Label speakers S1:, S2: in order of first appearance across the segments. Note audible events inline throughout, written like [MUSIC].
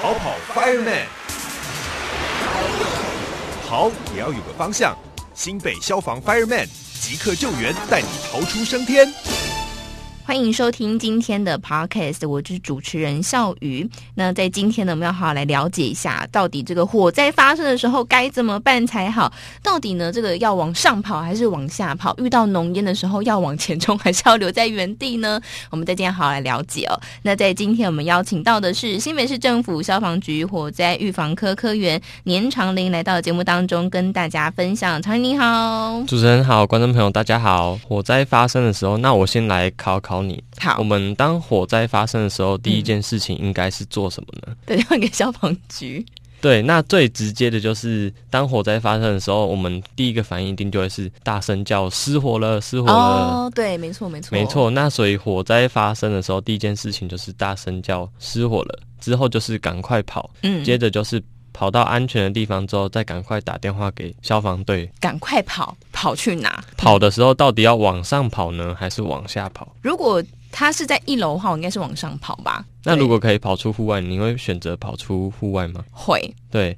S1: 跑 Fireman。跑也要有个方向，新北消防 Fireman 即刻救援，带你逃出升天。
S2: 欢迎收听今天的 podcast，我是主持人笑宇。那在今天呢，我们要好好来了解一下，到底这个火灾发生的时候该怎么办才好？到底呢，这个要往上跑还是往下跑？遇到浓烟的时候，要往前冲还是要留在原地呢？我们在今天好好来了解哦。那在今天我们邀请到的是新北市政府消防局火灾预防科科员年长林来到节目当中，跟大家分享。长林你好，
S3: 主持人好，观众朋友大家好。火灾发生的时候，那我先来考考你。
S2: 好
S3: 我，们当火灾发生的时候，第一件事情应该是做什么呢？
S2: 打电话给消防局。
S3: 对，那最直接的就是当火灾发生的时候，我们第一个反应一定就会是大声叫失火了，失火了。
S2: 哦，对，没错，没错，
S3: 没错，那所以火灾发生的时候，第一件事情就是大声叫失火了，之后就是赶快跑，
S2: 嗯，
S3: 接着就是跑到安全的地方之后，再赶快打电话给消防队。
S2: 赶快跑，跑去哪？
S3: 跑的时候到底要往上跑呢，还是往下跑？
S2: 如果他是在一楼的话，我应该是往上跑吧？
S3: 那
S2: 对
S3: 如果可以跑出户外，你会选择跑出户外吗？
S2: 会， [LAUGHS]
S3: 对，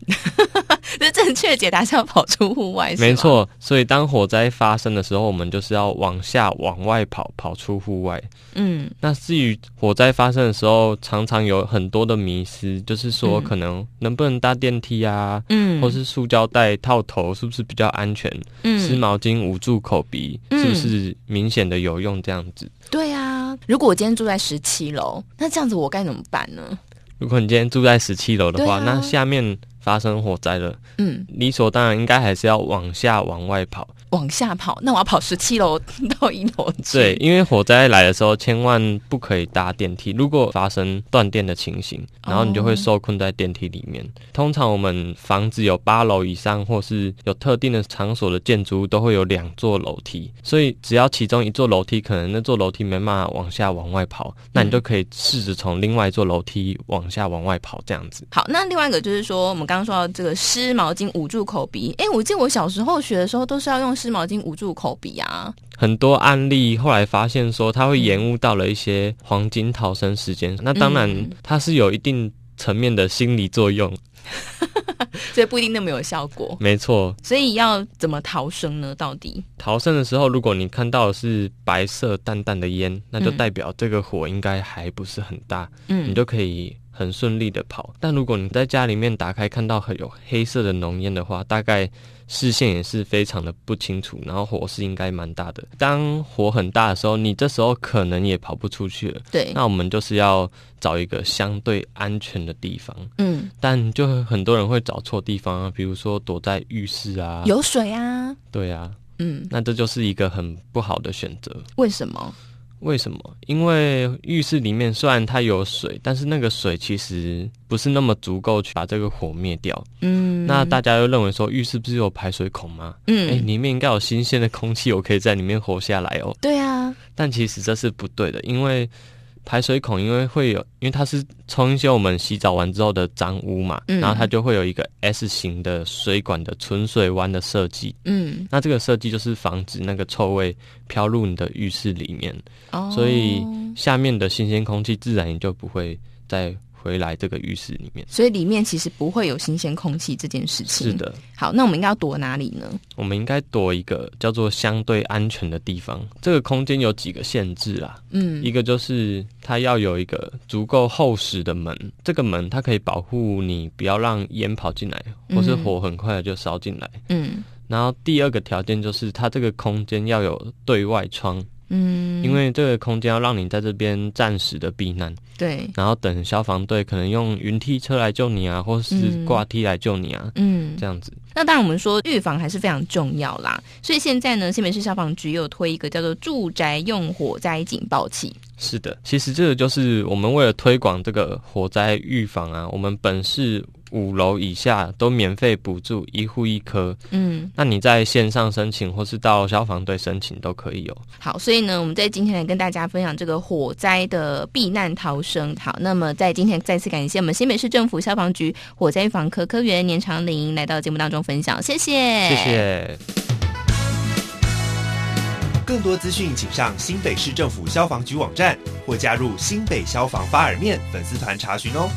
S2: 那正确的解答是要跑出户外，是吗
S3: 没。 [LAUGHS] 错。所以当火灾发生的时候，我们就是要往下、往外跑，跑出户外。
S2: 嗯，
S3: 那至于火灾发生的时候，常常有很多的迷思，就是说
S2: 嗯
S3: 可能能不能搭电梯啊，
S2: 嗯，
S3: 或是塑胶袋套头是不是比较安全？湿
S2: 嗯，
S3: 毛巾捂住口鼻
S2: 嗯
S3: 是不是明显的有用？这样子。
S2: 对啊。如果我今天住在十七楼，那这样子我该怎么办呢？
S3: 如果你今天住在十七楼的话，
S2: 对啊
S3: 那下面发生火灾了，
S2: 嗯，
S3: 理所当然应该还是要往下往外跑。
S2: 往下跑，那我要跑十七楼到一楼去。
S3: 对，，因为火灾来的时候，千万不可以搭电梯。如果发生断电的情形，
S2: 哦
S3: 然后你就会受困在电梯里面。通常我们房子有八楼以上，或是有特定的场所的建筑物，都会有两座楼梯。所以只要其中一座楼梯可能那座楼梯没办法往下往外跑，
S2: 嗯
S3: 那你就可以试着从另外一座楼梯往下往外跑，这样子。
S2: 好，那另外一个就是说，我们刚刚说到这个湿毛巾捂住口鼻。哎，我记得我小时候学的时候都是要用湿毛巾捂住口鼻啊。
S3: 很多案例后来发现说，它会延误到了一些黄金逃生时间。那当然
S2: 嗯，
S3: 它是有一定层面的心理作用，
S2: 所以不一定那么有效果。
S3: 没错。
S2: 所以要怎么逃生呢？到底？
S3: 逃生的时候，如果你看到的是白色淡淡的烟，那就代表这个火应该还不是很大，
S2: 嗯
S3: 你就可以很顺利的跑。但如果你在家里面打开看到很有黑色的浓烟的话，大概视线也是非常的不清楚，然后火势应该蛮大的。当火很大的时候，你这时候可能也跑不出去了。
S2: 对，
S3: 那我们就是要找一个相对安全的地方，
S2: 嗯，
S3: 但就很多人会找错地方啊，比如说躲在浴室啊，
S2: 有水啊，
S3: 对啊，
S2: 嗯，
S3: 那这就是一个很不好的选择。
S2: 为什么？
S3: 为什么？因为浴室里面虽然它有水，但是那个水其实不是那么足够去把这个火灭掉。
S2: 嗯，
S3: 那大家又认为说，浴室不是有排水孔吗？哎、
S2: 嗯，
S3: 里面应该有新鲜的空气，我可以在里面活下来哦。
S2: 对啊，
S3: 但其实这是不对的，因为排水孔因为会有，因为它是冲一些我们洗澡完之后的脏污嘛，
S2: 嗯
S3: 然后它就会有一个 S 型的水管的存水弯的设计。
S2: 嗯，
S3: 那这个设计就是防止那个臭味飘入你的浴室里面，
S2: 哦，
S3: 所以下面的新鲜空气自然也就不会再回来这个浴室里面。
S2: 所以里面其实不会有新鲜空气这件事情。
S3: 是，的，
S2: 好，那我们应该要躲哪里呢？
S3: 我们应该躲一个叫做相对安全的地方。这个空间有几个限制啦，
S2: 嗯
S3: 一个就是它要有一个足够厚实的门，这个门它可以保护你不要让烟跑进来，或是
S2: 嗯
S3: 火很快地就烧进来。
S2: 嗯
S3: 然后第二个条件就是它这个空间要有对外窗，
S2: 嗯，
S3: 因为这个空间要让你在这边暂时的避难，
S2: 对，
S3: 然后等消防队可能用云梯车来救你啊，或是
S2: 嗯
S3: 挂梯来救你啊，
S2: 嗯，
S3: 这样子。
S2: 那当然，我们说预防还是非常重要啦。所以现在呢，新北市消防局有推一个叫做住宅用火灾警报器。
S3: 是的，其实这个就是我们为了推广这个火灾预防啊，我们本市五楼以下都免费补助一户一颗，
S2: 嗯，
S3: 那你在线上申请或是到消防队申请都可以哦。
S2: 好，所以呢，我们在今天来跟大家分享这个火灾的避难逃生。好，那么在今天再次感谢我们新北市政府消防局火灾预防科科员年长林来到节目当中分享，谢谢，
S3: 谢谢。
S2: 哎
S1: 更多资讯，请上新北市政府消防局网站或加入新北消防巴尔面粉丝团查询哦。